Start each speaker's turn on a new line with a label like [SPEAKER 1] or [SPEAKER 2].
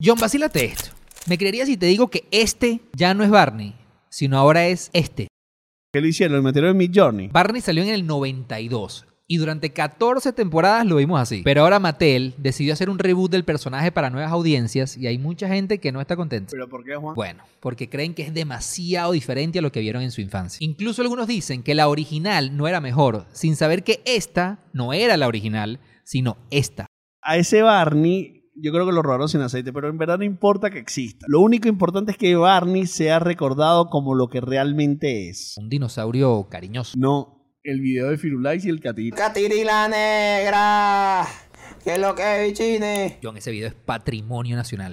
[SPEAKER 1] John, vacílate esto. ¿Me creerías si te digo que este ya no es Barney, sino ahora es este?
[SPEAKER 2] ¿Qué le hicieron? ¿El material de Mid Journey?
[SPEAKER 1] Barney salió en el 92 y durante 14 temporadas lo vimos así. Pero ahora Mattel decidió hacer un reboot del personaje para nuevas audiencias y hay mucha gente que no está contenta.
[SPEAKER 2] ¿Pero por qué, Juan?
[SPEAKER 1] Bueno, porque creen que es demasiado diferente a lo que vieron en su infancia. Incluso algunos dicen que la original no era mejor, sin saber que esta no era la original, sino esta.
[SPEAKER 2] A ese Barney, yo creo que lo robaron sin aceite, pero en verdad no importa que exista. Lo único importante es que Barney sea recordado como lo que realmente es.
[SPEAKER 1] Un dinosaurio cariñoso.
[SPEAKER 2] No, el video de Firulais y el Catito.
[SPEAKER 3] Catiri la negra. Que lo que es, chine.
[SPEAKER 1] John, ese video es patrimonio nacional.